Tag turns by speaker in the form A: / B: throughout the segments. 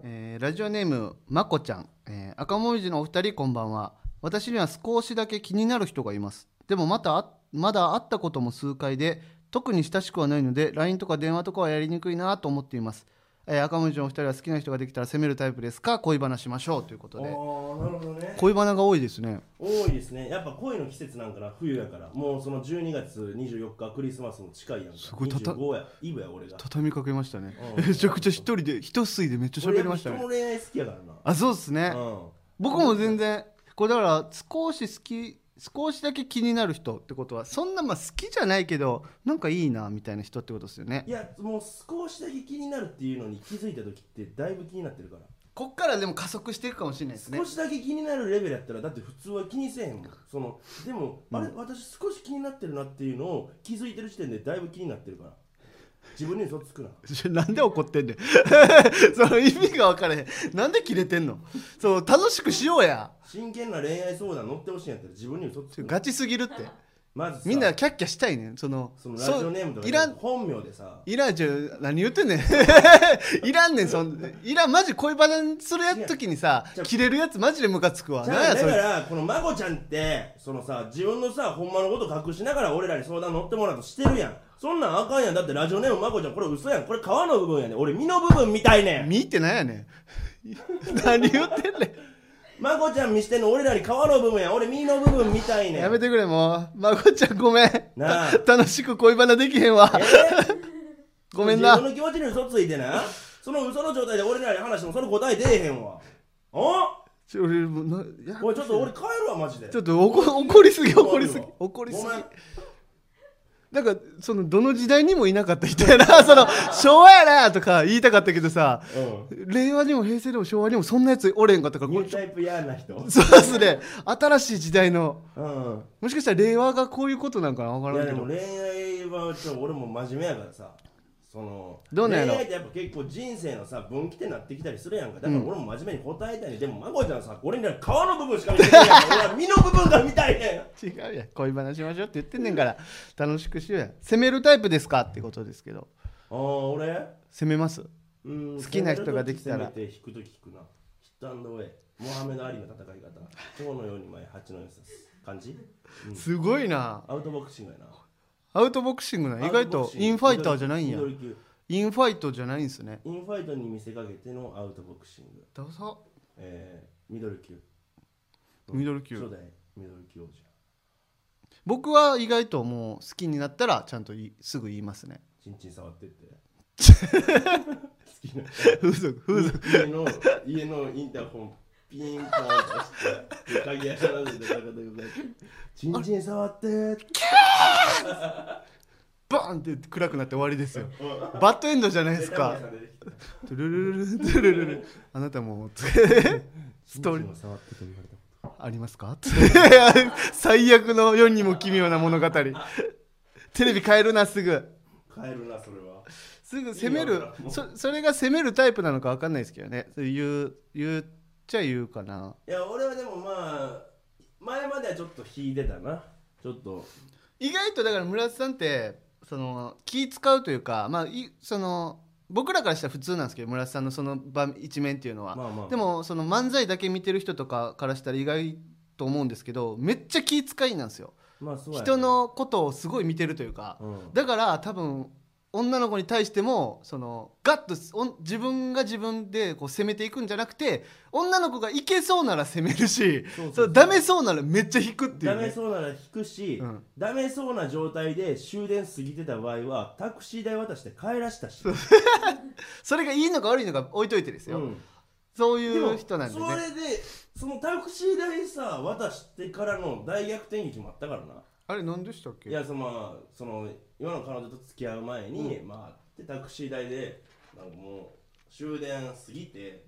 A: えーラジオネームまこちゃん、えー赤もみじのお二人こんばんは私には少しだけ気になる人がいますでもまたあまだ会ったことも数回で特に親しくはないので LINE とか電話とかはやりにくいなと思っています、えー赤もみじのお二人は好きな人ができたら攻めるタイプですか恋バナしましょうということ
B: ああ
A: で
B: なるほどね
A: 恋バナが多いですね
B: 多いですねやっぱ恋の季節なんかな冬やからもうその12月24日クリスマスも近いやんか
A: すごいたた
B: 25やイブや俺が
A: 畳みかけましたね
B: う ん
A: めちゃくちゃ一人で一吸いでめっちゃ喋りました
B: 俺
A: ね
B: やっぱ人の恋愛好きやからな
A: あそうですね、
B: うん
A: 僕も全然これだから少し好き少しだけ気になる人ってことはそんなまあ好きじゃないけどなんかいいなみたいな人ってことですよね
B: いやもう少しだけ気になるっていうのに気づいた時ってだいぶ気になってるから
A: こっからでも加速していくかもしれないですね
B: 少しだけ気になるレベルやったらだって普通は気にせえへんもんそのでも、
A: うん
B: あれ私少し気になってるなっていうのを気づいてる時点でだいぶ気になってるから自分に嘘つくな
A: なんで怒ってんねん その意味が分からへんなんでキレてんのそう楽しくしようや
B: 真剣な恋愛相談乗ってほしいんやったら自分に嘘つくな
A: ガチすぎるって
B: まずさ
A: みんなキャッキャしたいねんその
B: そのラジオネームと
A: そう
B: か
A: い
B: い
A: ら
B: ら
A: ん
B: ん本名でさ
A: いらんちゅ何言ってんねん いらんねんそんいらんマジ恋バナするやつ時にさ
B: 違う
A: キレるやつマジでムカつくわ
B: じ
A: なん
B: ゃあ
A: や
B: だ
A: そ
B: か
A: れ
B: らこのまこちゃんってそのさ自分のさほんまのこと隠しながら俺らに相談乗ってもらうとしてるやんそんなんあかんやんだってラジオネームまこちゃんこれ嘘やんこれ皮の部分やねん俺身の部分みたいねん
A: 見ってなんやねん何言ってんね
B: まこちゃん見してんの俺らに皮の部分やん俺身の部分みたい
A: ん
B: ねん
A: やめてくれもうまこちゃんごめん
B: なあ
A: た楽しく恋バナできへんわ
B: え
A: ごめん
B: 自分
A: な
B: の気持ちに嘘ついてなその嘘の状態で俺らに話してもその答え出えへんわお
A: ちょ俺もなや
B: おいちょっと俺帰るわマジで
A: ちょっと怒怒りすぎ怒りすぎ怒
B: ご
A: り
B: め
A: すぎ
B: ん
A: なんかそのどの時代にもいなかった人やな その昭和やなとか言いたかったけどさ
B: うん
A: 令和にも平成でも昭和にもそんなやつおれんかったからこ
B: ニュ
A: れ
B: ータイプ嫌な人
A: そうですね新しい時代の
B: うん
A: もしかしたら令和がこういうことなんかな分か
B: い
A: ら
B: や
A: んけ
B: でも
A: ど
B: 恋愛はちょ俺も真面目やからさその
A: どうなんやろ
B: 恋愛ってやっぱ結構人生のさ分岐点になってきたりするやんかだから俺も真面目に答えたいね、ん、でもまこちゃんさ俺には皮の部分しか見てないやん俺は身の部分が見たいねん
A: 違うやん恋バナしましょうって言ってんねんから楽しくしようや攻めるタイプですかってことですけど
B: ああ俺
A: 攻めます
B: うん
A: 好きな人ができたら
B: 攻めて引くと引くなヒットアンドウェイモハメド・アリの戦い方蝶のように前蜂のように刺す感じ
A: すごいな
B: アウトボクシングやな
A: アウトボクシングな意外
B: アウトボ
A: と
B: クシ
A: インファイターじゃないんや
B: ミドル級
A: インファイトじゃないんすね
B: インファイトに見せかけてのアウトボクシング
A: どうぞ
B: えー、ミドル級
A: ミドル級
B: 初代ミドル級王者
A: 僕は意外ともう好きになったらちゃんといすぐ言いますね
B: チンチン触ってって 好きな
A: 風俗風俗
B: 家の家のインターホンピンポンとしてで鍵屋さんで戦ってくださいチンチン触って
A: バーンって暗くなって終わりですよバッドエンドじゃないですかトゥルルルルトゥルルルルあなたもストーリー
B: ー触ってと言われた
A: ありますか 最悪の世にも奇妙な物語テレビ変えるなすぐ
B: 変えるなそれは
A: すぐ攻め
B: いい
A: る
B: よもう
A: そそれが攻めるタイプなのか分かんないですけどねそれ言う言っちゃ言うかない
B: や俺はでもまあ前まではちょっと引いてたなちょっと
A: 意外とだから村田さんってその気使うというかまあいその僕らからしたら普通なんですけど村田さんのその場一面っていうのは、
B: まあまあ
A: でもその漫才だけ見てる人とかからしたら意外と思うんですけどめっちゃ気使いなんですよ
B: まあそうやね
A: 人のことをすごい見てるというか、
B: うん
A: だから多分女の子に対してもそのガッとおん自分が自分でこう攻めていくんじゃなくて女の子がいけそうなら攻めるし
B: そうそう
A: そ
B: そう
A: うダメそうならめっちゃ引くっていう、
B: ダ
A: ね、
B: メそうなら引くし、
A: うん
B: ダメそうな状態で終電過ぎてた場合はタクシー代渡して帰らしたし、
A: それがいいのか悪いのか置いといてです
B: う
A: よ、
B: ん
A: そうい
B: でも
A: う人なんでね
B: それでそのタクシー代さ渡してからの大逆転劇もあったからな
A: あれ何でしたっけ
B: いやそのまあその今の彼女と付き合う前に、まあでタクシー代でなんかもう終電過ぎて、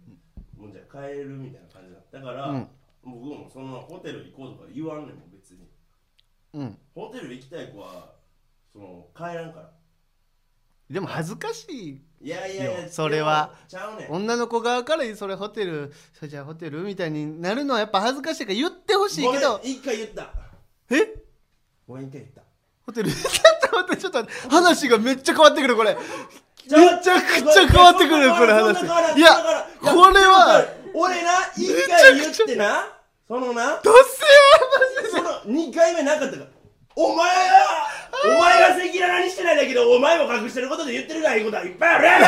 B: もうじゃあ帰るみたいな感じだったから、
A: うん
B: 僕もそのホテル行こうとか言わんねんもん別に
A: うん
B: ホテル行きたい子はその帰らんから
A: でも恥ずかしい
B: いやいやい
A: いや
B: や
A: それは
B: ちゃうねん
A: 女の子側からそれホテルそれじゃあホテルみたいになるのはやっぱ恥ずかしいから言ってほし いけど
B: ごめん一回言った
A: え
B: ごめん一回言った
A: ホテルちょっと待ってちょっと待って話がめっちゃ変わってくるこれめ
B: ち
A: ち
B: ょ
A: ゃくちゃ変わってくるこれ
B: そんな変わらん
A: 話
B: そんな変わらん
A: いや
B: そんな変わらん
A: こ
B: ってな、そのな、
A: どっせ
B: その2回目なかったから。お前はお前が赤裸々にしてないだけど、お前も隠してることで言ってるからいいことはいっぱいあるやろ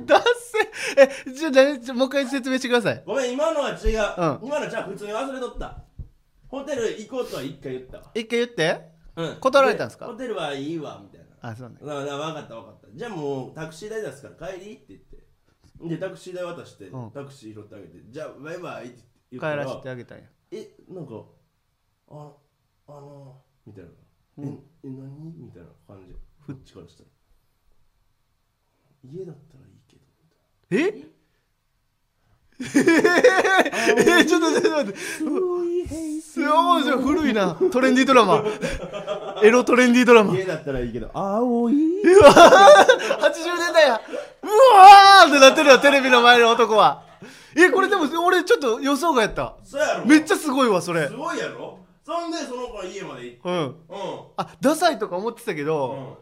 A: ーどっせえ、じゃあ何、じゃあもう一回説明してください。
B: ごめん、今のは違う。
A: うん
B: 今のじゃあ普通に忘れとった。ホテル行こうとは一回言ったわ。
A: 一回言って。
B: うん
A: 断られたんですか
B: ホテルはいいわ、みたいな。
A: あ、そうね。
B: だから分かった分かったじゃあもうタクシー代出すから帰りって言ってでタクシー代渡して、
A: うん
B: タクシー拾ってあげてじゃあバイバイって言
A: 帰
B: ったら
A: らせてあげたんや。
B: えなんかああのみたいな、ええ何みたいな感じこっちからしたら家だったらいいけど
A: え
B: みたいな
A: え、ちょっと待って、ちょっと待って。すごい、古いな。トレンディードラマ。エロトレンディードラマ。
B: 家だったらいいけど青いう
A: わー !80 年代やうわーってなってるよ、テレビの前の男は。え、これでも俺ちょっと予想外やった。
B: そうやろ
A: めっちゃすごいわ、それ
B: す。ごいやろそんでその子の家まで行って
A: うん。
B: う
A: あ、ダサいとか思ってたけ
B: ん、う
A: ど、
B: ん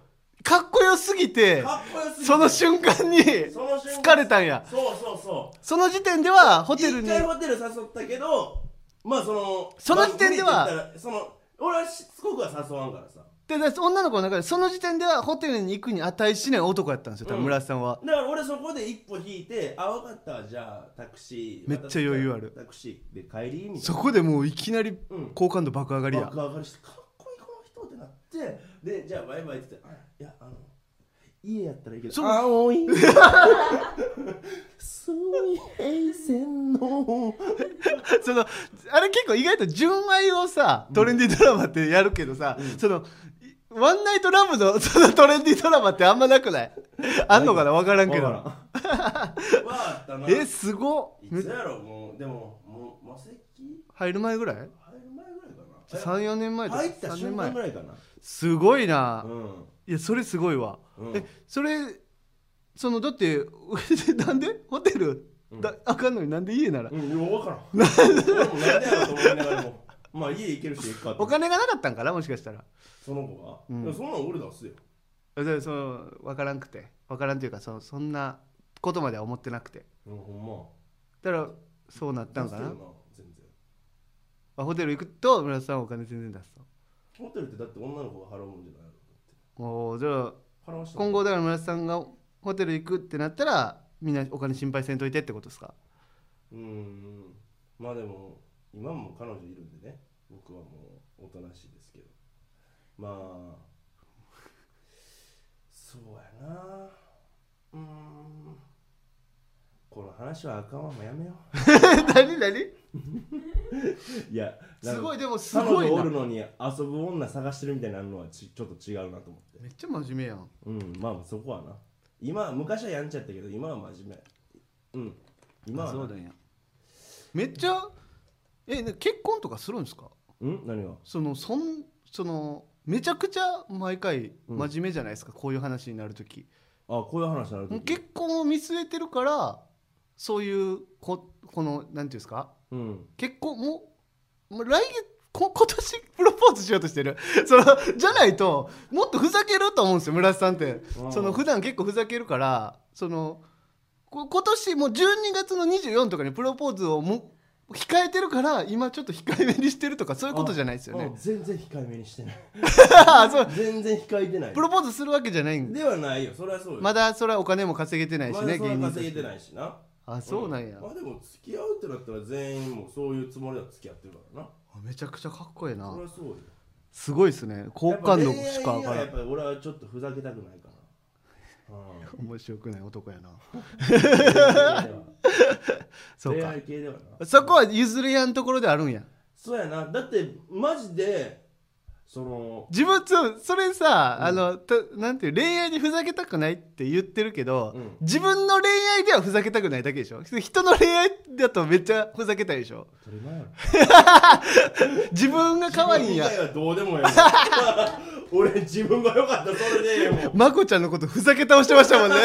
A: かっこよすぎて、
B: かっこよすぎて
A: その瞬間に
B: その瞬間
A: 疲れたんや。
B: そうそうそう
A: その時点ではホテルに
B: 一、回ホテル誘ったけどまあその
A: その時点では
B: まあ無理って言ったらその俺はしつこくは誘わんからさ
A: でで女の子の中で、その時点ではホテルに行くに値しない男やったんですよ、多分村瀬さんは。
B: だから俺そこで一歩引いてあ分かったじゃあタクシー
A: めっちゃ余裕ある
B: タクシーで帰りみた
A: そ
B: いな
A: こでもういきなり
B: うん
A: 好感度爆上がりや
B: 爆。上がりしてかっこいいこの人ってなってでじゃあバイバイって言ってあいやあの家やったらいいけ
A: そう
B: ど青い水平線の
A: そのあれ結構意外と純愛をさトレンディードラマってやるけどさ、そのいワンナイトラブの そのトレンディードラマってあんまなくないあんのかな分からんけ
B: わ
A: ど
B: からんわあったな
A: えすごっ
B: い
A: め
B: つやろもうでももう魔石
A: 入る前ぐらい
B: 入る前ぐらいかな
A: 34年前
B: え
A: とか
B: 入った
A: 3年
B: 瞬間
A: 前
B: ぐらいかな
A: すごいな、
B: うん
A: いやそれすごいわ、
B: うん
A: えそれそのだって なんでホテル、だあかんのになんで家なら、
B: うんいや分からん俺もなんでやろと思いながらもまあ家行けるし行くかって
A: お金がなかったんかなもしかしたら
B: その子が、
A: うん
B: いやそんなん俺出すよ
A: でその分からんくて分からんというかそのそんなことまでは思ってなくて
B: うんほんま
A: だからそうなったんかな
B: 出してる全然
A: あホテル行くと村田さんはお金全然出す
B: ホテルってだって女の子が払うもんじゃないの
A: とおーじゃあ
B: 払わした
A: 今後だから村田さんがホテル行くってなったらみんなお金心配せんといてってことですか
B: うんまあでも今も彼女いるんでね僕はもうおとなしいですけどまあそうやなうんこの話はあかんわもうやめよ
A: 何何
B: う いやなん
A: す
B: か
A: ごいでもす
B: 彼
A: ごい
B: 女お
A: な
B: るのに遊ぶ女探してるみたいになるのはちちょっと違うなと思って
A: めっちゃ真面目やん
B: うんまあそこはな今昔はやんちゃったけど今は真面目うん今は
A: あ
B: な
A: そうだんやめっちゃえね結婚とかするんですか
B: うん何が
A: そのそんそのめちゃくちゃ毎回真面目じゃないですか、こういう話になるとき
B: あこういう話になる
A: も
B: と
A: う結婚を見据えてるからそういうここのなんていうんですか
B: うん
A: 結婚もうもう来月こ今年プロポーズしようとしてるそのじゃないともっとふざけると思うんですよ村瀬さんって
B: うん
A: その普段結構ふざけるからそのこ今年もう12月の24とかにプロポーズをも控えてるから今ちょっと控えめにしてるとかそういうことじゃないですよ
B: あ
A: ね
B: あ全然控えめにしてない
A: そう
B: 全然控えてない
A: プロポーズするわけじゃないんで
B: ではないよそれはそうよ
A: ま
B: だ
A: だそれはお金も稼げてないし
B: まだ
A: ね
B: そん
A: 芸
B: な
A: 人とし
B: 稼げ
A: て
B: てないしな
A: あそうなんや
B: まあでも付き合うってなったら全員もうそういうつもりは付き合ってるからな
A: あめちゃくちゃかっこいいな
B: それはそうよ
A: すごいですね好感度しか
B: やっぱ
A: 上
B: 恋愛には
A: がら
B: やっ
A: ん
B: ぱり俺はちょっとふざけたくな いからうん
A: 面白くない男やなそ
B: 恋
A: うか
B: 愛系ではな
A: そこは譲り合んところであるんや
B: そうやなだってマジでその
A: 自分そうそれさ、あのたなんていう恋愛にふざけたくないって言ってるけど、
B: うん
A: 自分の恋愛ではふざけたくないだけでしょ人の恋愛だとめっちゃふざけたいでしょ
B: 当たり前やろ
A: 自分が可愛いんや
B: 自分以外はどうでもええわ 俺自分が良かったらそれでええもん
A: まこちゃんのことふざけ倒してましたもん ね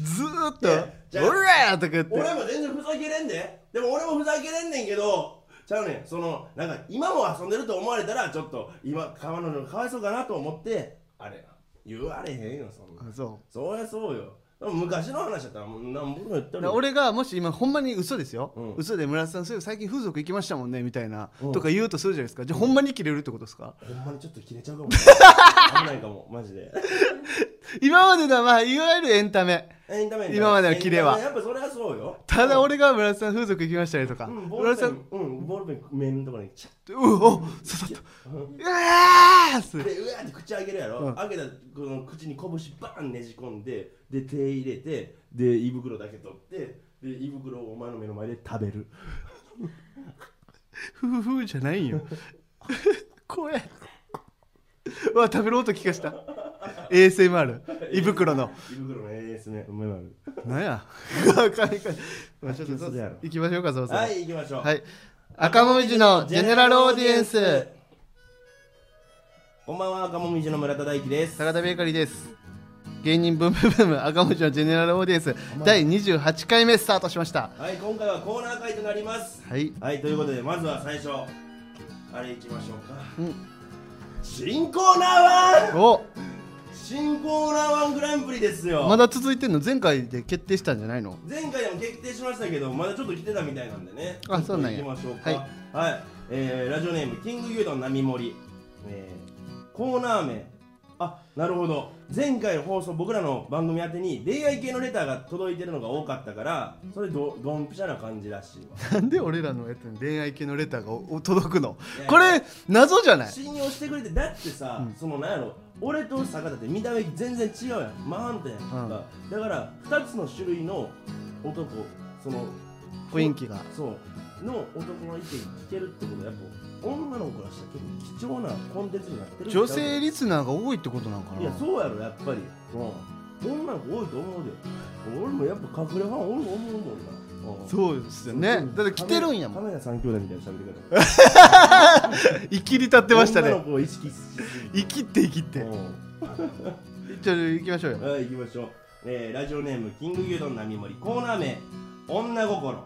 A: ずーっと
B: じゃ
A: 「
B: あ
A: おら!」とか言って
B: 俺も全然ふざけれんででも俺もふざけれんねんけどちゃうねんそのなんか今も遊んでると思われたらちょっと今川野のかわいそうかなと思ってあれ言われへんよそんな
A: あそ
B: そりゃそうよ昔の話だったらもう何僕も言ってる
A: だから俺がもし今ほんまに嘘ですよ、
B: うん
A: 嘘で村田さんそういえば最近風俗行きましたもんねみたいな、
B: うん
A: とか言うとするじゃないですかじゃあほんまに切れるってことですか、
B: ほんまに ちょっと切れちゃうかも危ないかもマジで
A: 今までのはまあいわゆるエンタメ
B: エンタメ
A: 今までのキレは
B: エンタメやっぱそれはそうよ
A: ただ俺が村田さん風俗行きましたねとか、
B: うんボー
A: 村
B: ル
A: 田
B: ペ
A: さ
B: ン
A: ん
B: うんボールペン面のところにチャッ
A: うお刺さった
B: う
A: うわーっす
B: でうわーって口開けるやろ、
A: うん
B: 開けたこの口に拳バーンねじ込んでで手入れてで胃袋だけ取ってで胃袋をお前の目の前で食べる
A: ふふふじゃないよ 怖えうわ食べる音聞かした ASMR 胃袋の
B: 胃袋の ASMR うまいわ
A: なん やわかんないまあちょっと
B: 嘘だろ
A: 行きましょうかそろそろ
B: はい行きましょう、
A: はい、赤もみじのジェネラルオーディエンス
B: こんばんは赤もみじの村田大樹です
A: 坂田ベーカリーです芸人ブームブーム赤文字のジェネラルオーディエンス第28回目スタートしました
B: はい今回はコーナー会となります
A: はい
B: はいということでまずは最初あれ行きましょうか、
A: うん
B: 新コーナーは
A: お
B: 新コーナーワングランプリですよ
A: まだ続いてんの前回で決定したんじゃないの
B: 前回でも決定しましたけどまだちょっと来てたみたいなんでね
A: あそうなんや
B: 行きましょうか
A: は
B: はい、えーラジオネームキング牛丼並盛、えー、コーナー名あなるほど前回の放送僕らの番組宛てに恋愛系のレターが届いてるのが多かったからそれどドンピシャな感じらし い
A: な
B: わ
A: んで俺らのやつに恋愛系のレターがお届くの
B: いや
A: これ謎じゃない
B: 信用してくれてだってさ、そのなんやろ俺と坂田って見た目全然違うやん真反対やんか、だから2つの種類の男その
A: 雰囲気が
B: そうの男の意見聞けるってことはやっぱ女の子からしたら結構貴重なコンテンツになってるんちゃう
A: 女性リスナーが多いってことなんか
B: いや
A: な
B: そうやろやっぱり、うん、女の子多いと思うで俺もやっぱ隠れファンおる思うもんな、うん
A: そうですよねだって来てるんやもん
B: カメラ三兄弟みたいに喋っ てくれ
A: 生きり立ってました
B: 女の
A: ね
B: 子を意識しすぎて
A: 生き って生きって
B: うん
A: ちょっと行きましょうよ
B: はい、行きましょう、えーラジオネームキング牛丼並盛コーナー名女心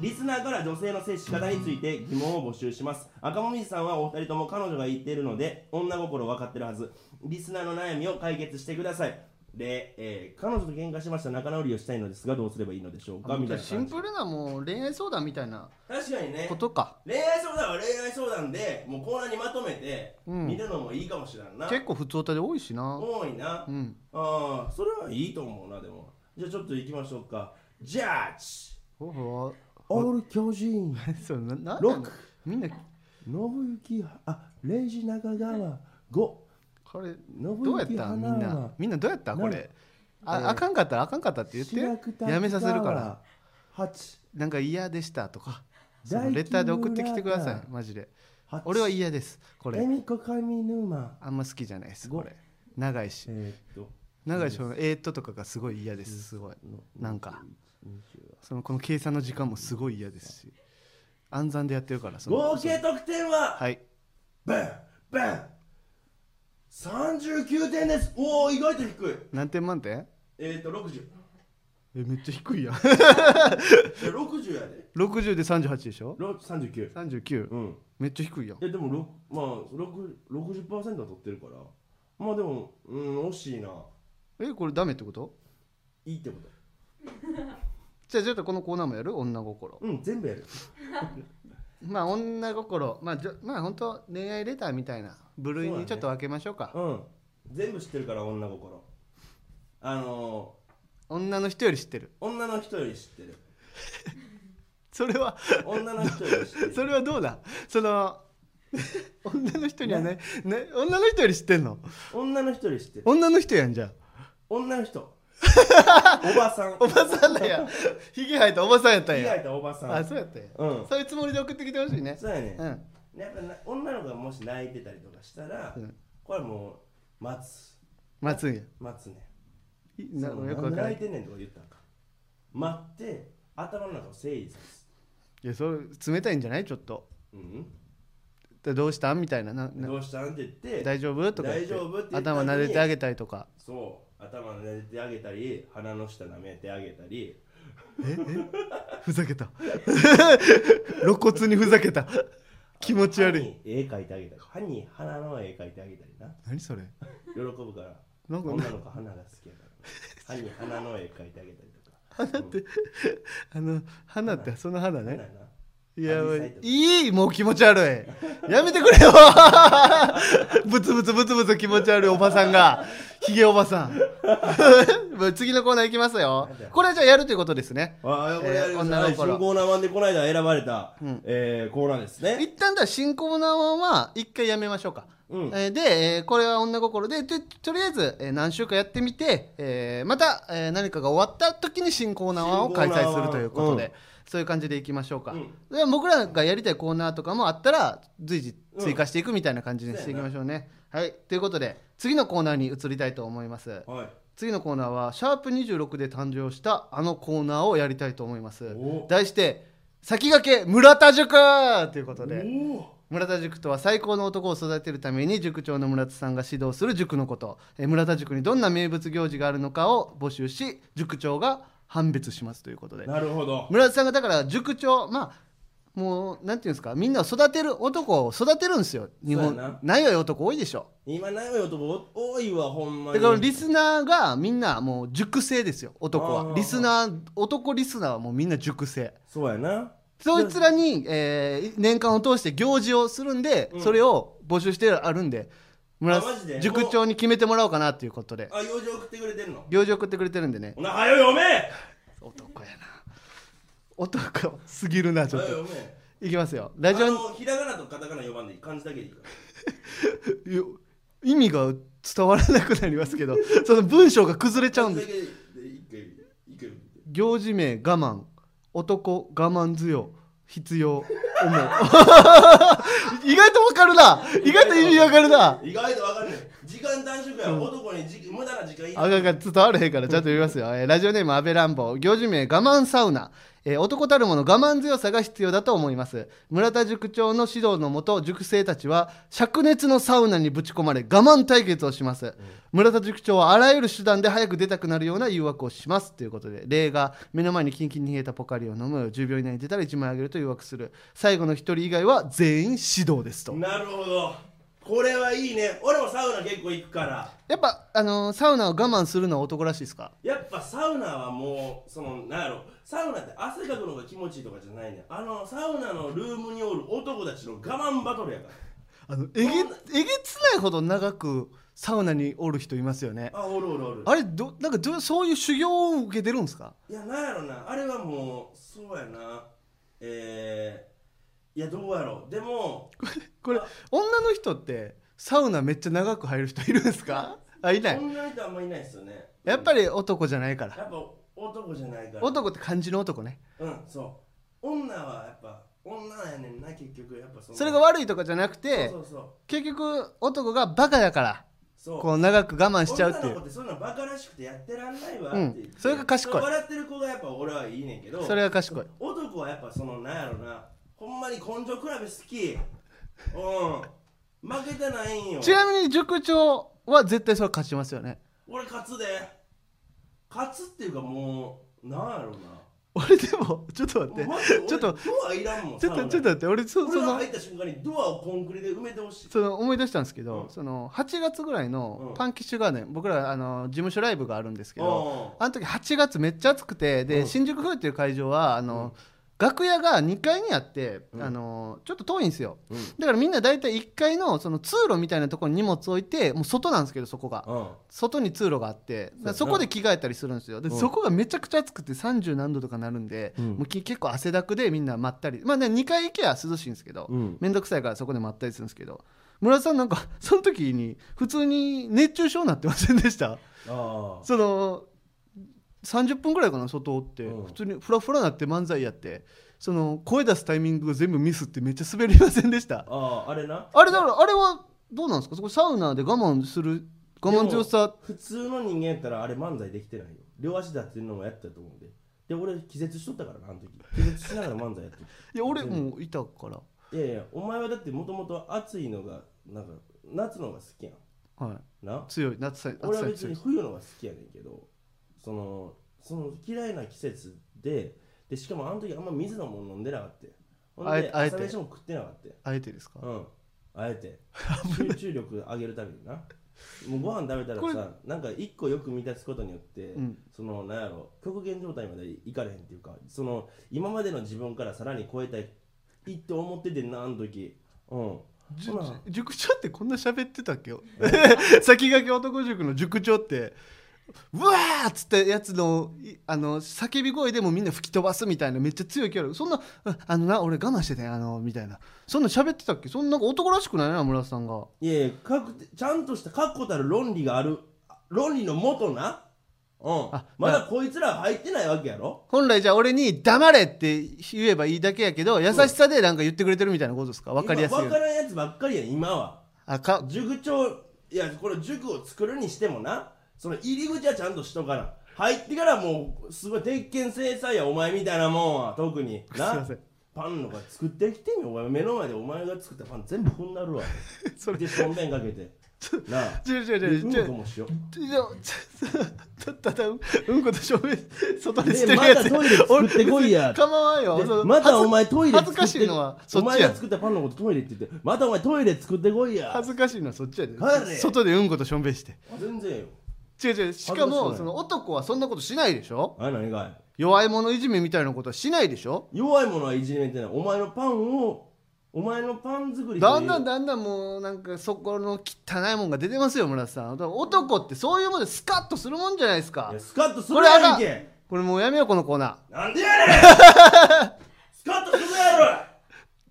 B: リスナーから女性の接し方について疑問を募集します赤もみじさんはお二人とも彼女が言っているので女心分かってるはずリスナーの悩みを解決してくださいで、えー彼女と喧嘩しました仲直りをしたいのですがどうすればいいのでしょうかみたいな
A: シン
B: 感じ
A: プルなもう恋愛相談みたいな
B: 確かにね
A: ことか
B: 恋愛相談は恋愛相談でもうコーナーにまとめて
A: うん
B: 見るのもいいかもしれんな、
A: 結構普通歌で多いしな
B: 多いな、
A: うん
B: ああそれはいいと思うなでもじゃあちょっと行きましょうかジャッジ
A: ほほ
B: オール巨人
A: そうななんな
B: ロッ
A: の
B: ク
A: みんな
B: 信行あレイジ中川五
A: これ
B: 信
A: どうやったみんなみんなどうやったこれああかんかったらあかんかったって言ってやめさせるから
B: 八
A: なんか嫌でしたとかそのレターで送ってきてくださいマジで俺は嫌ですこれ
B: みこかみぬま
A: あんま好きじゃないです
B: ご
A: これ長いし
B: えー、っと
A: 長いしこのえーっととかがすごい嫌ですすごいなんかそのこの計算の時間もすごい嫌ですし暗算でやってるからその
B: 合計得点は、
A: はい
B: バンバン39点ですおお意外と低い
A: 何点満点
B: えー、っと60
A: えめっちゃ低い やん
B: え60やで
A: 60で38でしょ
B: ろ39
A: 39
B: うん
A: めっちゃ低いやん
B: えでもろまあろく60%は取ってるからまあでもうん惜しいな
A: えこれダメってこと
B: いいってこと
A: じゃあちょっとこのコーナーもやる女心
B: うん全部やる
A: まあ女心まあじょまあ本当恋愛レターみたいな部類にちょっと分けましょうか
B: うん全部知ってるから女心あの
A: 女の人より知ってる
B: ー、女の人より知ってる
A: それ は
B: 女の人より知って る
A: それはどうだそ の女の人にはねね女の人より知ってんの
B: 女の人より知ってる
A: 女の人やんじゃん
B: 女の 人おばさん
A: おばさんだやひげ生えたおばさんやったん
B: 被
A: や
B: 害たおばさん
A: あそうやったんや
B: うん
A: そういうつもりで送ってきてほしいね
B: そうやね、
A: うん
B: やっぱな女の子がもし泣いてたりとかしたら、
A: うん
B: これはもう待つ
A: 待つんや
B: 待つね
A: い
B: そ
A: な
B: の
A: よくわ
B: なんで
A: から
B: 泣
A: ん
B: いてんねんとか言ったんか待って頭の中を整理させ
A: いやそれ冷たいんじゃないちょっと
B: うん
A: でどうしたんみたいななな
B: どうしたんって言って
A: 大丈夫とか言って
B: 大丈夫って言った
A: 頭
B: 後に
A: 撫でてあげたりとか
B: そう頭撫でてあげたり鼻の下舐めてあげたり
A: ええふざけた露骨にふざけた気持ち悪
B: 歯
A: い
B: に絵描いてあげたり歯に鼻の絵描いてあげたりな
A: 何それ
B: 喜ぶから
A: なんか
B: 女の子鼻が好きやから歯に花の絵描いてあげたりとか
A: 花って、あの、花って、その花
B: そうだ
A: ね。
B: よない
A: や
B: 紫陽花と、か
A: いい、もう気持ち悪い。やめてくれよブツブツブツブツ気持ち悪いおばさんが。ひげおばさん。もう 次のコーナーいきますよ
B: なんだよ。
A: これじゃあやるということですね。
B: ああ、これやる
A: えー女の子
B: 新コーナー版でこの間選ばれた、
A: うん
B: えーコーナーですね。
A: 一旦だ、新コーナーは一回やめましょうか。
B: うん。
A: えーで、えーこれは女心ででとりあえず、えー何週かやってみて、えーまた、えー何かが終わった時に新コーナーを開催するということで、
B: うん
A: そういう感じでいきましょうか、
B: うん
A: で僕らがやりたいコーナーとかもあったら随時追加していくみたいな感じにしていきましょうね、はいということで次のコーナーに移りたいと思います
B: はい。
A: 次のコーナーは「シャープ #26」で誕生したあのコーナーをやりたいと思います
B: お
A: 題して「先駆け村田塾」ということ
B: お
A: で
B: ー
A: 村田塾とは最高の男を育てるために塾長の村田さんが指導する塾のことえー村田塾にどんな名物行事があるのかを募集し塾長が判別しますということで
B: なるほど。
A: 村田さんがだから塾長まあもうなんていうんですかみんなを育てる男を育てるんですよ日
B: そうやな
A: 本ないよい男多いでしょ
B: 今、ないよ男お多いわ、ほんま
A: だ
B: に。
A: からリスナーがみんなもう塾生ですよ男
B: あー
A: はリスナー男リスナーはもうみんな塾生
B: そうやな。
A: そいつらに、えー年間を通して行事をするんで、
B: うん
A: それを募集してあるんで村
B: あマジで
A: 塾長に決めてもらおうかなということで
B: あ、用事送ってくれてんの
A: 行事送ってくれてるんでね
B: おな、はよ読め
A: 男やな男すぎるなちょ
B: は
A: っ
B: よ
A: と
B: 読め
A: いきますよラジオ
B: あ
A: に
B: の、ひらがなとカタカナ読まんでいい。漢字だけでいいか
A: いや意味が伝わらなくなりますけ どその文章が崩れちゃ
B: ら。
A: う
B: 漢
A: ん
B: 字
A: で
B: だ
A: す
B: けで一回、一回見て。
A: 行事名我慢男我慢強必要 思う 意外とわかるな意外と意味わかるな
B: 意外とわかんない。時間短縮や。男にじ無駄な時間いい。
A: あがが伝わらへんからちゃんと言いますよ、えーラジオネーム安倍乱暴行事名我慢サウナ、えー男たるもの我慢強さが必要だと思います村田塾長の指導のもと塾生たちは灼熱のサウナにぶち込まれ我慢対決をします、村田塾長はあらゆる手段で早く出たくなるような誘惑をしますということで例が目の前にキンキンに冷えたポカリを飲む10秒以内に出たら1枚あげると誘惑する最後の1人以外は全員指導ですと
B: なるほど。これはいいね。俺もサウナ結構行くから。
A: やっぱ、あのーサウナを我慢するのは男らしいですか
B: やっぱサウナはもうそのなんやろサウナって汗かくのが気持ちいいとかじゃないねんあのサウナのルームにおる男たちの我慢バトルやか
A: あのえげえげつないほど長くサウナにおる人いますよね
B: らあおるおるおる
A: あれどなんかどそういう修行を受けてるんですか
B: いやなんやろなあれはもうそうやなえー、いやどうやろでも
A: これ女の人ってサウナめっちゃ長く入る人いるんですかあいない
B: 女の人あんまいないっすよね
A: やっぱり男じゃないから
B: やっぱ男じゃないから
A: 男って漢字の男ね
B: うんそう女はやっぱ女やねんな結局やっぱその
A: それが悪いとかじゃなくて
B: そうそうそう
A: 結局男がバカだから
B: そう
A: こう長く我慢しちゃうってい
B: 女の子
A: う
B: ってそんなバカらしくてやってらんないわっ
A: う
B: て
A: ん
B: 言って
A: それが賢い
B: 笑ってる子がやっぱ俺はいいねんけど
A: それは賢い
B: 男はやっぱそのなんやろなほんまに根性比べ好きうん負けてないんよ
A: ちなみに塾長は絶対それ勝ちますよね
B: 俺勝つで勝つっていうかもうなんやろな
A: 俺でもちょっと待って
B: もうマジで俺
A: ちょっと
B: ドアいらんもん
A: ちょっとちょっと待って俺そ
B: 俺
A: そ
B: が
A: の
B: 入った瞬間にドアをコンクリで埋めてほしい
A: その思い出したんですけど、
B: うん
A: その8月ぐらい
B: うん
A: のパンキッシュガーデン、僕らあの事務所ライブがあるんですけど、
B: う
A: あの時8月めっちゃ暑くてで、
B: うん
A: 新宿風っていう会場はあの、
B: うん
A: 楽屋が2階にあって、
B: うん
A: あのちょっと遠いんですよ
B: んうん
A: だからみんな大体1階のその通路みたいなところに荷物置いてもう外なんですけどそこが。
B: うん
A: 外に通路があってだからそこで着替えたりするんですよで、
B: うん
A: そこがめちゃくちゃ暑くて30何度とかなるんで、
B: うん
A: もうき結構汗だくでみんなまったりまあね2階行けば涼しいんですけど、
B: うん
A: めんどくさいからそこで待ったりするんですけど村田さんなんか その時に普通に熱中症になってませんでした
B: ああ
A: その30分ぐらいかな外おって、
B: うん
A: 普通にフラフラなって漫才やってその声出すタイミングが全部ミスってめっちゃ滑りませんでした
B: あああれな
A: あれだからあれはどうなんですかそこサウナで我慢する我慢強さ
B: 普通の人間やったらあれ漫才できてないよ両足だっていうのもやってたと思うんでで俺気絶しとったからなあの時気絶しながら漫才やって
A: いや俺もいたから、
B: たいやいやお前はだってもともと暑いのがなんか夏のが好きやん
A: はい、
B: な
A: 強い夏さ
B: 俺
A: 暑
B: は
A: さに
B: 別
A: 強
B: に
A: い
B: 冬のが好きやねんけどそのその嫌いな季節ででしかもあの時あんま水のもん飲んでなかったよほん
A: あえ
B: で
A: あえて
B: 朝飯も食ってなかったよ
A: あえてですか
B: うんあえて集中力上げるためになもうご飯食べた
A: こ
B: ら
A: れ
B: さなんか一個よく満たすことによって、
A: うん
B: そのなんやろ極限状態までいかれへんっていうかその今までの自分からさらに超えたいいって思っててんなあの時うん
A: じ
B: ほな
A: じ塾長ってこんな喋ってたっけ 先駆け男塾の塾長ってうわーっつったやつのいあの叫び声でもみんな吹き飛ばすみたいなめっちゃ強いキャラそんなああのな俺我慢してたよあのみたいなそんな喋ってたっけそんな男らしくないな村田さんが
B: いやいやかくてちゃんとした確固たる論理がある論理のもとなうん
A: あ
B: まだこいつら入ってないわけやろ
A: 本来じゃあ俺に黙れって言えばいいだけやけど優しさでなんか言ってくれてるみたいなことですか分かりやすいよう
B: 分
A: に
B: からんやつばっかりや今は
A: あか
B: 塾長いやこれ塾を作るにしてもなその入り口はちゃんとしとかな入ってからもうすごい鉄拳制裁やお前みたいなもんは特に
A: すい
B: な
A: ません
B: パンのが作ってきてみお前目の前でお前が作ったパン全部踏んだるわ
A: それ
B: でしょんべんかけてなあ
A: 違う違う
B: で
A: 違う
B: うん
A: 違う
B: こもしよう
A: いやちょただうんうんこと正面外で
B: で
A: してる
B: ま
A: や
B: た
A: つ
B: トイレ作ってこいや
A: 構わんよその
B: またお
A: 恥ず
B: 前トイレ
A: 恥ずかしいのはそっ
B: お
A: ち
B: 前
A: や
B: が作ったパンのことトイレって言ってまたお前トイレ作ってこいや
A: 恥ずかしいのはそっちやで
B: 帰れ
A: 外でうんことしょんべんして
B: 全然よ
A: 違う違うし
B: 恥ず
A: か
B: かしくな
A: も
B: い
A: その男はそんなことしないでしょ
B: あれ何がい
A: 弱い者いじめみたいなことはしないでしょ
B: 弱いものはいじめてないお前のパンをお前のパン作りという
A: だんだんだんだんもうなんかそこの汚いもんが出てますよ村田さん男ってそういうもんでスカッとするもんじゃないですか
B: いやスカッとす
A: こ
B: る
A: れあ
B: や
A: か
B: ん
A: ん
B: け
A: これもうやめようこのコーナー
B: なん でやねんスカッとするやろ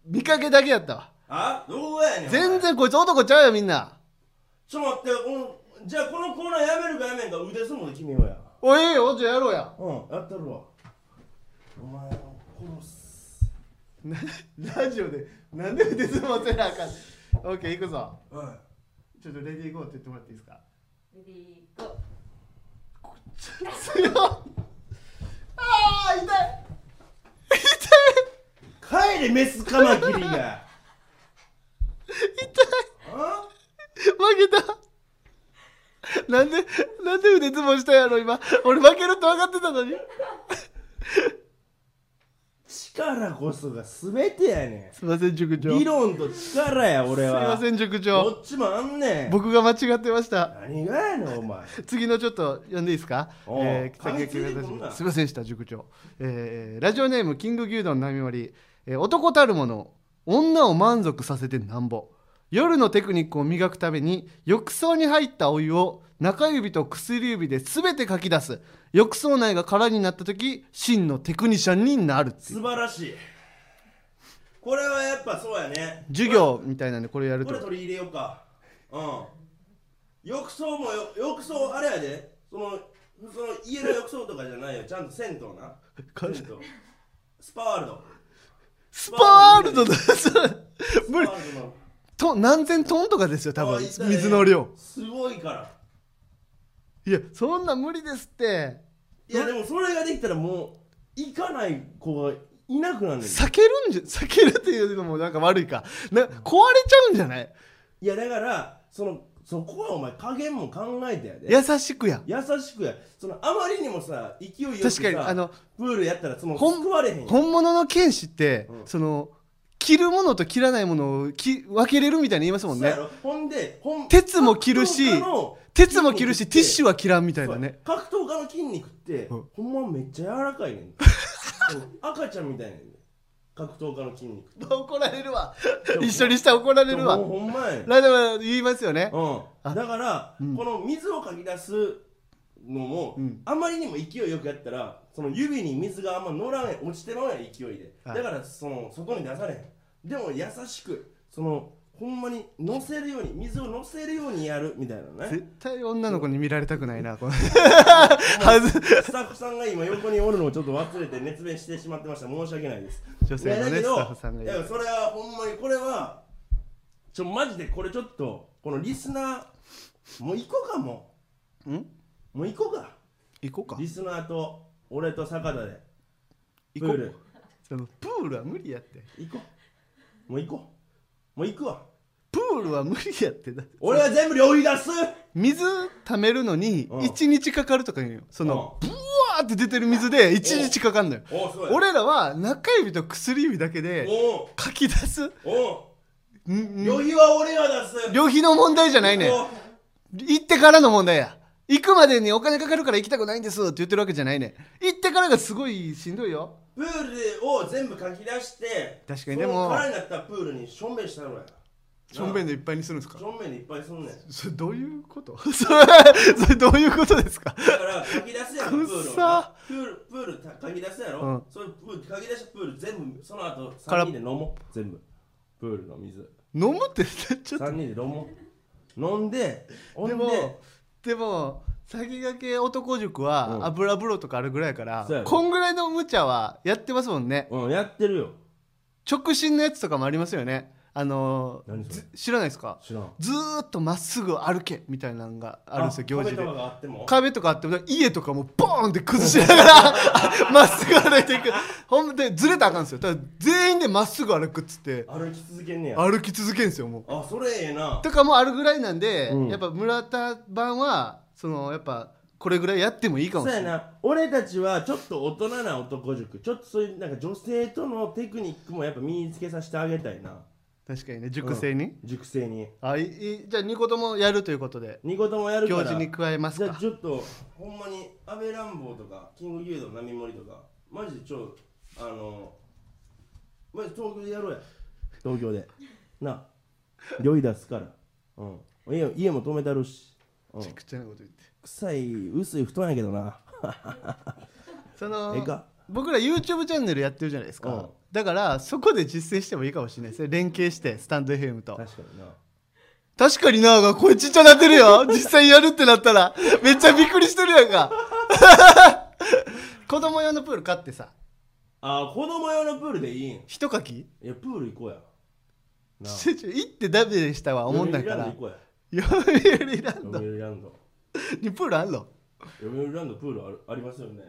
A: 見かけだけやったわ
B: あどこやねんお前
A: 全然こいつ男ちゃうよみんな
B: ちょっと待ってこのじゃあこのコーナーやめるかやめんか腕相撲で決めようや
A: おいいいよじゃあやろうや
B: うんやったるわお前を殺す
A: なラジオでなんで腕相撲せなあかんオッケー行くぞ
B: うん
A: ちょっとレディーゴーって言ってもらっていいですか
C: レディーゴ
A: 強っあー痛い
B: 帰れメスカマキリがあ
A: 痛い負けたなんでなんで腕相撲したんやろ今俺負けるって分かってたのに
B: 力こそが全てやね
A: すいません塾
B: ん
A: 長
B: 理
A: すい
B: 論と力や俺は
A: ません塾
B: ど
A: 長
B: っちもあんねん
A: 僕が間違ってました
B: 何がやねんお前
A: 次のちょっと読んでいいですか、
B: おう
A: えー、
B: 噛み
A: 先
B: つい
A: 駆
B: て
A: け
B: くんな
A: 私すいませんでした塾長、えーラジオネームキング牛丼並盛、えー男たるもの女を満足させてなんぼ夜のテクニックを磨くために浴槽に入ったお湯を中指と薬指で全てかき出す浴槽内が空になった時真のテクニシャンになるってい
B: 素
A: う
B: 晴らしいこれはやっぱそうやね
A: 授業みたいなんでこれやる
B: ことれ取り入れようかうん浴槽もよ浴槽あれやでそのその家の浴槽とかじゃないよちゃんと銭湯な銭湯スパワールド
A: スパールドだそれ無理
B: スパワールドの
A: と何千トンとかですよ多分
B: あ痛い
A: 水の量
B: すごいから
A: いやそんな無理ですって
B: いやでもそれができたらもう行かない子がいなくなるんだよ
A: 避けるんじゃ避けるっていうのもなんか悪いかな壊れちゃうんじゃない
B: いやだからそのそこはお前加減も考えてやで
A: 優しくやん
B: 優しくやそのあまりにもさ勢いよくさ
A: 確かにあの
B: プールやったらその
A: ほん
B: 救われへんやん
A: 本物の剣士って、
B: うん
A: その着るものと切らないものをき分けれるみたいに言いますもん
B: そうや
A: ね
B: ろほんでほん
A: 鉄も着るし
B: 格闘家の
A: 鉄も切るし
B: 筋肉って
A: ティッシュは切らんみたいなね
B: そう格闘家の筋肉って、
A: うん
B: ほんまめっちゃ柔らかいね んそう赤ちゃんみたいなんね格闘家の筋肉
A: 怒られるわ一緒にしたら怒られるわ
B: ほんまやねん
A: ラジオで言いますよね
B: うん、だから、
A: うん
B: この水をかき出すのも、
A: うん
B: あまりにも勢いよくやったらその指に水があんま乗らない落ちてまうやん勢いで、
A: はい
B: だからその外に出されへんでも優しくそのほんまに乗せるように水を乗せるようにやるみたいなね
A: 絶対女の子に見られたくないなこのはず
B: スタッフさんが今横におるのをちょっと忘れて熱弁してしまってました申し訳ないです
A: 女性の
B: いやだ
A: ね
B: け
A: ス
B: ど
A: タッフさんがい
B: いや
A: る
B: それはほんまにこれはちょマジでこれちょっとこのリスナーもう行こうかも
A: ん
B: うもう行こうか
A: 行こうか
B: リスナーと俺と坂田でプ
A: 行こ
B: ー
A: う
B: ル
A: そのプールは無理やって
B: 行こうもう行こうもう行くわ
A: プールは無理やってだ
B: 俺は全部料理出す
A: 水溜めるのに
B: うん
A: 1日かかるとか言うよその
B: う
A: ブワーって出てる水で1日かかんのよ
B: おうそうや
A: 俺らは中指と薬指だけで
B: おう
A: かき出すん
B: おうん旅費は俺が出す
A: 旅費の問題じゃないねん
B: おう
A: 行ってからの問題や行くまでにお金かかるから行きたくないんですって言ってるわけじゃないね行ってからがすごいしんどいよ
B: プールを全部書き出して
A: 確かにでも
B: その空になったプールにしょんべんしたのや
A: しょんべんでいっぱいにするんですか
B: しょんべんでいっぱいすんねん
A: それどういうこと それそれどういうことですか
B: だから書き出すやろプ
A: くっ
B: ールを
A: さ
B: なプールプールた書き出すやろ、
A: うん
B: そのプール書き出したプール全部その後
A: から
B: 3人で飲もう全部プールの水
A: 飲むってちょっと
B: 3人で飲もう飲んでほん
A: で
B: で
A: もでも先駆け男塾
B: う
A: は
B: ん
A: 油風呂とかあるぐらいやから、
B: そうやろ
A: こんぐらいの無茶はやってますもんね
B: うんやってるよ
A: 直進のやつとかもありますよねあのー
B: 何それ
A: ず知らないですか
B: 知らん
A: ずーっとまっすぐ歩けみたいなのがあるんですよ行事
B: 壁
A: で
B: とかがあっても
A: 壁とかあっても家とかもボーンって崩しなが らまっすぐ歩いていくほんでずれたらあかんですよただ全員でまっすぐ歩くっつって
B: 歩き続けんねや
A: 歩き続けんですよもう
B: あそれええな
A: とかもあるぐらいなんで、
B: うん
A: やっぱ村田版はそのやっぱこれぐらいやってもいいかも
B: そう
A: しれ
B: や
A: ない
B: な俺たちはちょっと大人な男塾ちょっとそういうなんか女性とのテクニックもやっぱ身につけさせてあげたいな
A: 確かにね熟成に、
B: 塾生に
A: あいいじゃあ2個ともやるということで
B: 二個ともやるか
A: 行
B: ら
A: 事に加えます
B: じゃあ
A: か
B: ちょっとほんまに安倍乱暴とかキング牛丼並盛りとかマジでちょあのマジ東京でやろうや東京でな酔い出すから、うん、家も家も止めたるし、うん
A: めちゃ、くちゃなこと言って
B: 臭い薄い布団やけどな
A: その
B: ええか
A: 僕ら YouTube チャンネルやってるじゃないですか、
B: うん
A: だからそこで実践してもいいかもしれないですね連携してスタンド FM と
B: 確かにな
A: 確かになあが声ちっちゃなってる よ実際やるってなったらめっちゃびっくりしてるやんか子供用のプール買ってさ
B: あ子供用のプールでいいんい
A: 一かき
B: やプール行こうやな
A: ちょちょ行ってダメでしたわ 思んないから
B: 読売
A: 読売ランド
B: ランド行こうや読売ランド
A: にプールあんの
B: 読売ランドプールあるありますよね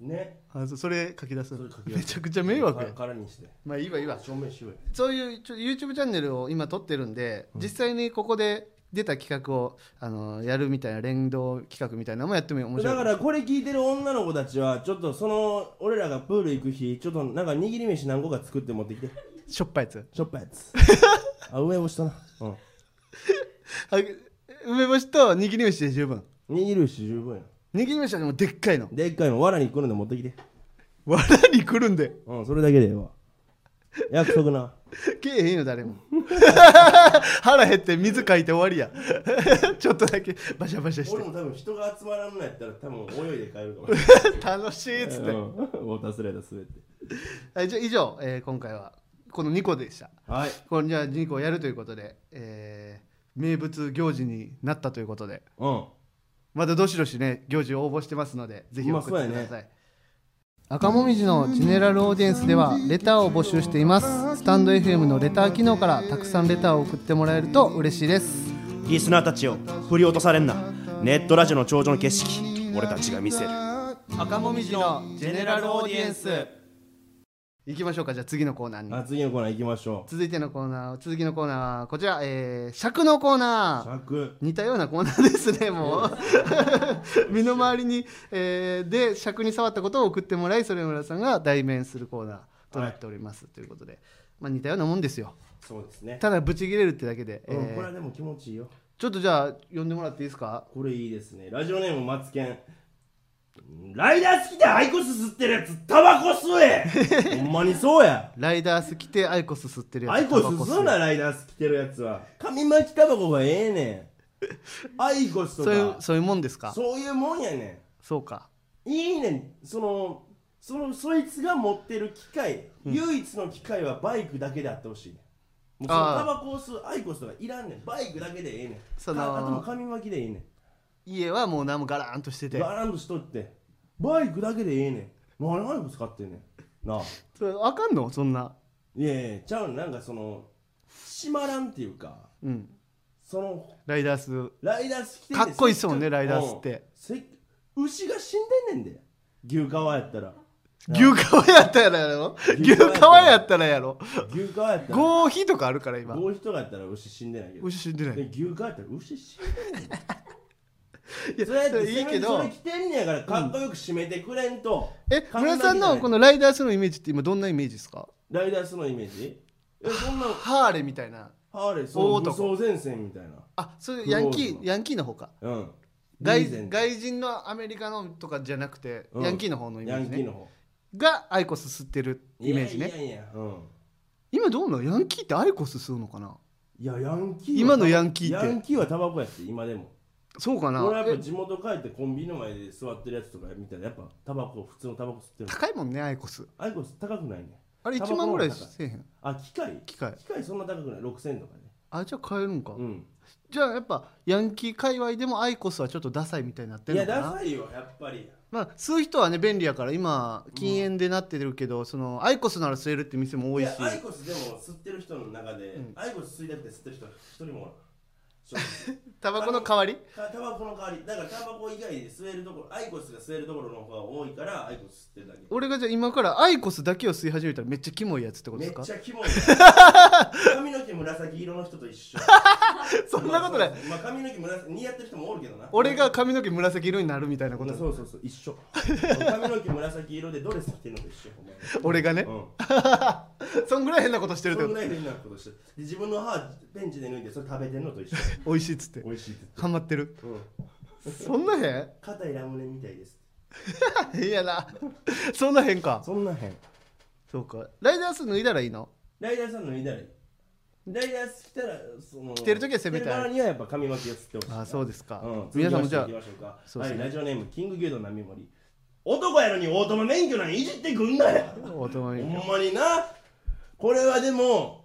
B: ね
A: あそそれ書き出す
B: それ書き出す
A: めちゃくちゃ迷惑や
B: か空にして
A: まあいいわいいわ
B: 正面しようや
A: そういうちょ YouTube チャンネルを今撮ってるんで、実際にここで出た企画をあのやるみたいな連動企画みたいなのもやっても面白い
B: だからこれ聞いてる女の子たちはちょっとその俺らがプール行く日ちょっとなんか握り飯何個か作って持って きて
A: しょっぱいやつ
B: しょっぱいやつあ上もしたなうん
A: あ梅干しと握り飯で十分
B: 握り飯十分や
A: 握り飯はでもでっかいの
B: でっかいのわらに来るんで持ってきて
A: わらにくるんで
B: うんそれだけでええわ約束な
A: けえへんよ 誰も腹減って水かいて終わりやちょっとだけバシャバシャして
B: 俺も多分人が集まらんのやったら多分泳いで帰るかも
A: 楽しいっつって、
B: ウォータースライダー滑って
A: はいじゃあ以上、えー今回はこの2個でした
B: はい
A: これじゃあ2個やるということで、えー名物行事になったということで
B: うん
A: まだどしどしね行事応募してますのでぜひ送ってください、
B: まあそう
A: 赤もみじのジェネラルオーディエンスではレターを募集していますスタンド FM のレター機能からたくさんレターを送ってもらえると嬉しいです
C: リスナーたちを振り落とされんなネットラジオの頂上の景色俺たちが見せる
A: 赤もみじのジェネラルオーディエンス行きましょうかじゃあ次のコーナーに
B: あ次のコーナー行きましょ
A: 続いてのコーナー続きのコーナーはこちら、えー尺のコー
B: う
A: ナー
B: 尺
A: 似たようなコーナーですねも う身の回りに、えーで尺に触ったことを送ってもらいそれを村田さんが代弁するコーナーとなっております、ということで、まあ、似たようなもんですよ
B: そうですね
A: ただブチ切れるってだけで、え
B: うん
A: ー
B: これはでも気持ちいいよ
A: ちょっとじゃあ呼んでもらっていいですか
B: これいいですねラジオネームマツケンライダー好きでアイコス吸ってるやつタバコ吸 えほんまにそうや
A: ライダース着てアイコス吸ってるやつ
B: アイコス
A: タバコ吸う
B: 吸うなライダー吸ってるやつは紙巻きタバコがええねんアイコスと
A: そういう
B: か
A: そういうもんですか
B: そういうもんやね
A: そうか
B: んいいねんそのそのそいつが持ってる機械、唯一の機械はバイクだけであってほしいねんもうそ
A: あ
B: の
A: ー
B: タバコを吸うアイコスとかいらんねんバイクだけでええねん
A: その
B: ああとも紙巻きでいいねん
A: 家はもう何もガラーンとしてて
B: ガランとしとってバイクだけでええねん何アイコス買ってんねんなあ
A: それあかんのそんない
B: やいやちゃうねんなんかその締まらんっていうか
A: うん
B: その
A: ライダース
B: ライダース着てて
A: かっこいいっすもんね
B: せか
A: ライダースって
B: うんせ牛が死んでんねんで牛革やったら
A: 牛革やったらやろ牛
B: 牛革やったら
A: 革やったらやろ
B: 牛革やったら
A: 合皮とかあるから今
B: 合皮とかやったら牛死んでないけど
A: 牛死んでない
B: で牛革やったら牛死んで
A: いや
B: それやっ
A: そ
B: て
A: れいいけ
B: せめてそ
A: ど
B: れ着てんねやからかっこよく締めてくれんと、
A: え
B: 考
A: 村
B: え
A: 田さんの
B: て
A: このライダースのイメージって今どんなイメージですか
B: ライダースのイメージえそんな
A: ハーレみたいな
B: ハーレーそ
A: 大
B: う武
A: 男
B: 装前線みたいな
A: あそれ
B: クロ
A: ヤ
B: ーズ
A: ン
B: の
A: キーヤンキーの方か
B: うんリーゼ
A: 外
B: ント
A: 外人のアメリカのとかじゃなくて、
B: うん
A: ヤンキーの方のイメ
B: ヤ
A: ー
B: ン
A: ジ
B: キー
A: ね
B: の方
A: がアイコス吸ってるイメージね
B: いやいやいやうん
A: 今どうなのヤンキーってアイコス吸うのかない
B: やヤンキーは
A: 今のヤンキーって
B: ヤンキーはタバコやって今でも
A: そうかな
B: 俺はやっ
A: え
B: ぱ地元帰ってコンビニの前で座ってるやつとか見たらやっぱタバコ普通のタバコ吸ってる
A: 高いもんねアイコス
B: アイコス高くないね
A: あれ
B: タバコ
A: 1
B: の
A: 万
B: 方
A: ぐ
B: が
A: ら
B: 高い
A: いせえへん
B: あ機械
A: 機械
B: 機械そんな高くない6000とかね
A: あじゃあ買えるんか、
B: うん
A: じゃあやっぱヤンキー界隈でもアイコスはちょっとダサいみたいになって
B: い
A: る
B: や
A: のかな
B: ダサいよやっぱり
A: まあ吸う人はね便利やから今禁煙でなってるけど、そのアイコスなら吸えるって店も多いし
B: やアイコスでも吸ってる人の中で、アイコス吸いたくて吸ってる人は一人もおらん正直
A: タバコの代わり
B: たタバコの代わりだからタバコ以外で吸えるところアイコスが吸えるところの方が多いからアイコス吸ってるだけ
A: 俺がじゃあ今からアイコスだけを吸い始めたらめっちゃキモいやつってこと
B: め
A: です
B: っ
A: か
B: ち ゃキモいな髪の毛紫色の人と一緒
A: そんなことない、
B: まあ、髪の毛紫似合ってる人もおるけどな
A: 俺が髪の毛紫色になるみたいなこ
B: まあ
A: と
B: そうそうそう一緒髪の毛紫色でドレス着てるのと一緒お前
A: 俺がね
B: うん、
A: そんぐらい変なことしてるって
B: そ
A: こ
B: んぐらい変なことしてで自分の歯ベンチで抜いてそれ食べてんのと 一緒
A: と美味しいっつって
B: 美味しいって
A: ハマってる
B: 言って、
A: そんな変
B: うん、硬いラムネみたいです
A: 変やなそんな変か
B: そんな変
A: そうかライダース脱いだらいいの
B: ライダーさんのいだらいいライダース着たらその着
A: てる時は攻めたい
B: からにはやっぱ髪巻きをつってほしい
A: ああそうですか、
B: うん、
A: 皆さんもじゃあ
B: 次行きましょうか
A: そうですね
B: はい、ラジオネームキング牛丼並盛り男やのにオートマ免許なんいじってくんなよ
A: おとま
B: ほ
A: み
B: んまになこれはでも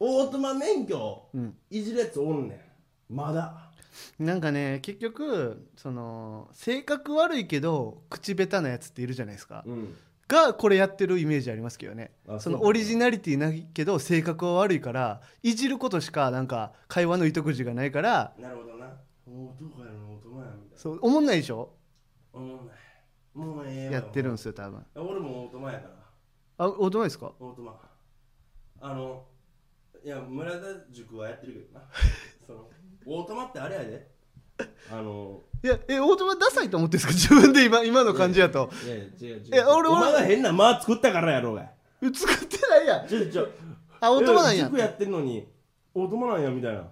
B: オートマ免許
A: うん
B: いじるやつおんねんまだ
A: なんかね結局その性格悪いけど口下手なやつっているじゃないですか、
B: うん
A: がこれやってるイメージありますけどね
B: あ
A: そ
B: そう
A: のオリジナリティないけど性格は悪いからいじることしかなんか会話の糸口がないから
B: なるほどな男やのにオートマやみたいな
A: そう思んないでしょ
B: 思んないもうええわ
A: やってるんですよ多分
B: 俺もオートマやから
A: あおどうですか
B: オートマあのいや村田塾はやってるけどなそのオートマってあれやであの
A: いやえオートマダサいと思ってるんですか自 分で今今の感じやと
B: いやいや違う違う
A: え俺俺
B: お前が変な間作ったからやろうが
A: え作ってないやん
B: ちょちょ
A: あオートマなん
B: い
A: や
B: 塾やってんのにオートマなんやみたいな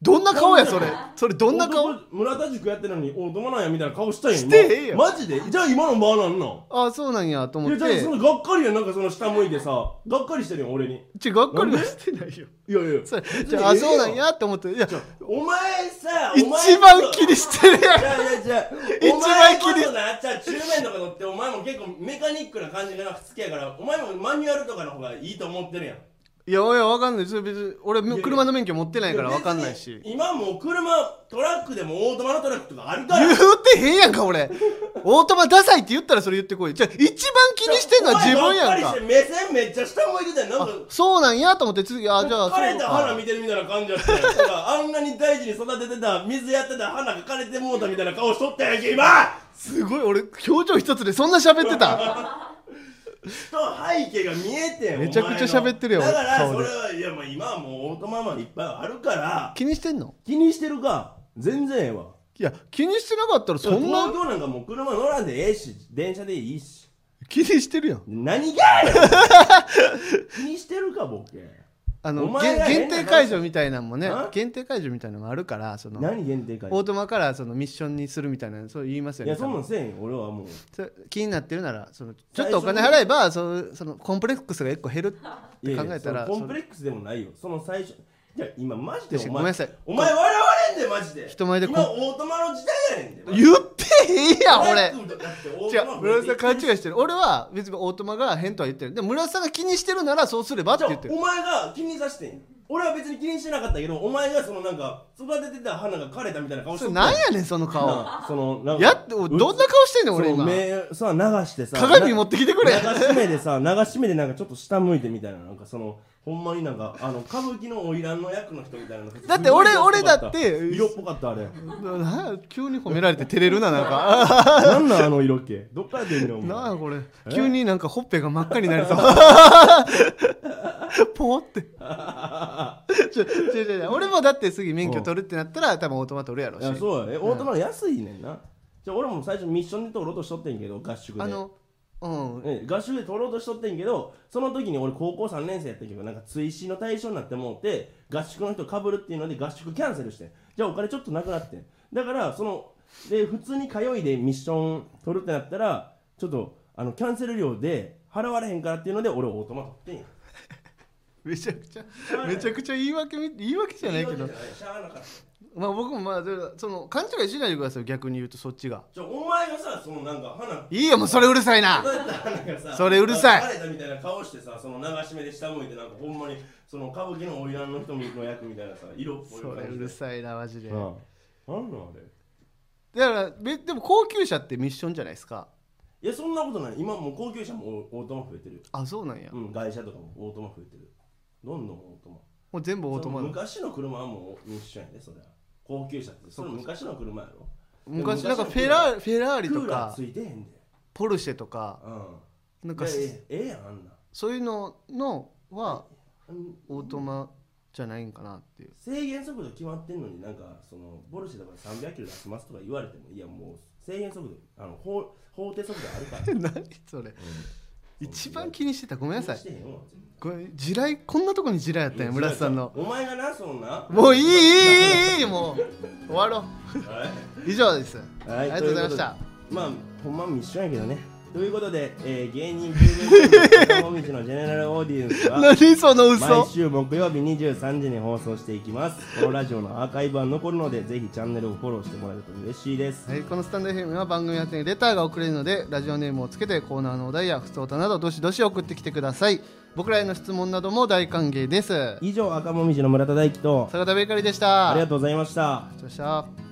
A: どんな顔やそれそれどんな
B: オ
A: 顔
B: ートマ村田塾やってんのにオートマなんやみたいな顔したんやん
A: してへんやん
B: マジでじゃあ今の間なんの
A: あそうなんやと
B: い
A: 思
B: や
A: っ
B: じゃあ
A: て
B: そのがっかりやんなんかその下向いてさがっかりしてるよ俺に
A: ちょがっかりはしてないよ
B: いやいや
A: それじゃああそうなんやって思っていや
B: お前さお前
A: 一番気にしてるやん
B: じゃあじゃあじゃあ
A: 一
B: お
A: 番
B: 前
A: 気に
B: こそなじゃあ中面とか乗ってお前も結構メカニックな感じが好きやからお前もマニュアルとかの方がいいと思ってるやん
A: いやいやわかんないそれ別に俺も
B: いや
A: 車の免許持ってないからわかんないし
B: 別に今もう車トラックでもオートマのトラックとかあるから
A: 言うてへんやんか俺オートマダサいって言ったらそれ言ってこいじゃあ一番気にしてんのは自分やん
B: お前ばっ
A: か
B: かりして目線めっちゃ下向いてたやんなんか
A: そうなんやと思って次あじゃあ
B: 枯
A: そ
B: れ
A: う
B: た花
A: か
B: 見てるみたいな感じやったやんだからあんなに大事に育ててた水やってた花が枯れてもうたみたいな顔しとったやんけ今
A: すごい俺表情一つでそんな喋って た
B: 人の背景が見えてん
A: めちゃくちゃ喋ってるよ
B: お前のだから
A: 顔
B: そ
A: で
B: れはいやもう今はもうオートママンいっぱいあるから
A: 気にしてんの
B: 気にしてるか全然ええわ
A: いや気にしてなかったらそん
B: 東
A: な
B: 京なんかもう車乗らんでええし電車でいいし
A: 気にしてるやん
B: 何 がやねん気にしてるかボケ
A: あの
B: お前
A: 限
B: が
A: 限
B: 変な
A: 定解除みたいなのもね
B: あ
A: 限定解除みたいなのもあるからその
B: 何限定会
A: オートマからそのミッションにするみたいなそう言いますよ
B: い
A: ね
B: やそんなんせえへんよ俺はもう
A: それ気になってるならそのちょっとお金払えばそうそのコンプレックスが1個減るって
B: いや
A: 考
B: いや
A: えたら
B: そのコンプレックスでもないよその最初いや今マジでお前
A: ごめんなさい
B: お前笑われんでマジで
A: 人前でこん
B: 今オートマの時代やねんで
A: その言ってへんやん俺
B: 違
A: 違う村田さん勘違いしてる俺は別にオートマが変とは言ってるでも村田さんが気にしてるならそうすればって言って
B: じゃあ
A: る
B: お前が気にさしてんよ俺は別に気にしてなかったけどお前がそのなんか育ててた花が枯れたみたいな顔し
A: そ
B: て
A: れ
B: た
A: なんやねんその顔
B: なあそのなんか
A: やってどんな顔してんねん俺
B: そう
A: 今
B: 目さ流してさ
A: 鏡持ってきてくれ
B: な流し目でさ流し目でなんかちょっと下向いてみたいななんかそのほんまになんかあの歌舞伎の花魁の役の人みたいな
A: だって俺俺だって
B: 色っぽか ったあれ
A: な急に褒められて照れるななんか
B: なんなんあの色気どっから出んねんお前
A: なあ
B: あ
A: これ急になんかほっぺが真っ赤になり そうポーってちょちょちょちょ俺もだって次免許取るってなったら多分オートマ取るやろうし
B: いやそうやえオートマの安いねんなじゃあ俺も最初ミッションで取ろうとしとってんけど合宿で
A: あのうん
B: え合宿で取ろうとしとってんけどその時に俺高校3年生やったけどなんか追試の対象になってもうて合宿の人かぶるっていうので合宿キャンセルしてんじゃあお金ちょっとなくなってんだからそので普通に通いでミッション取るってなったらちょっとあのキャンセル料で払われへんからっていうので俺オートマ取ってんや
A: めちゃくちゃ めちゃくちゃ言い訳み言い訳じゃないけど
B: しゃあなかった
A: まあ僕もまあでその勘違いしないでください逆に言うとそっちが
B: じゃあお前がさそのなんか花
A: いいよもうそれうるさいな
B: 叩いた花がさ
A: それうるさい
B: 垂れたみたいな顔してさその流し目で下向いてなんかほんまにその歌舞伎の花魁の人の役みたいなさ色っぽい
A: それう
B: 感じ
A: る
B: で
A: さいなマジで
B: うんなんなんあれ
A: だからべでも高級車ってミッションじゃないですか
B: いやそんなことない今もう高級車もオートマ増えてるよ
A: あそうなんや、
B: うん外車とかもオートマ増えてるどんどんオートマ
A: もう全部オートマ
B: その
A: だ
B: 昔の車はもうミッションやでそれは高級車ってそれ昔の車やろ
A: 昔
B: で
A: なん
B: も
A: か
B: の
A: フ
B: 車
A: ェラーフェラーリ
B: ク
A: と
B: ーラー
A: か
B: ついてへんで
A: ポルシェとか
B: うん
A: なんか
B: いやええええやんあんな
A: そういうののは
B: うん
A: オートマじゃないんかなっていう
B: 制限速度決まってんのになんかそのボルシェだから300キロ出しますとか言われてもいやもう制限速度あの法法定速度あるから
A: 何それ一番気にしてたごめんなさい
B: 気にしてへんわ全然
A: これ地雷こんなとこに地雷あったんや村瀬さんの
B: お前がなそんな
A: もういいいいいいいいもう終わろ
B: は
A: う以上です、
B: い
A: ありがとうございました
B: ということでまあほんまミッションやけどねということで、えー、芸人9分の道のジェネラルオーディエ ンスは
A: 何その嘘
B: 毎週木曜日23時に放送していきますこのラジオのアーカイブは残るのでぜひチャンネルをフォローしてもらえると嬉しいです
A: はい、このスタンド FM は番組宛てにレターが送れるのでラジオネームをつけてコーナーのお題や普通歌などどしどし送ってきてください僕らへの質問なども大歓迎です
B: 以上赤もみじの村田大樹と
A: 坂田ベーカリーでした
B: ありがとうございました
A: ありがとうございました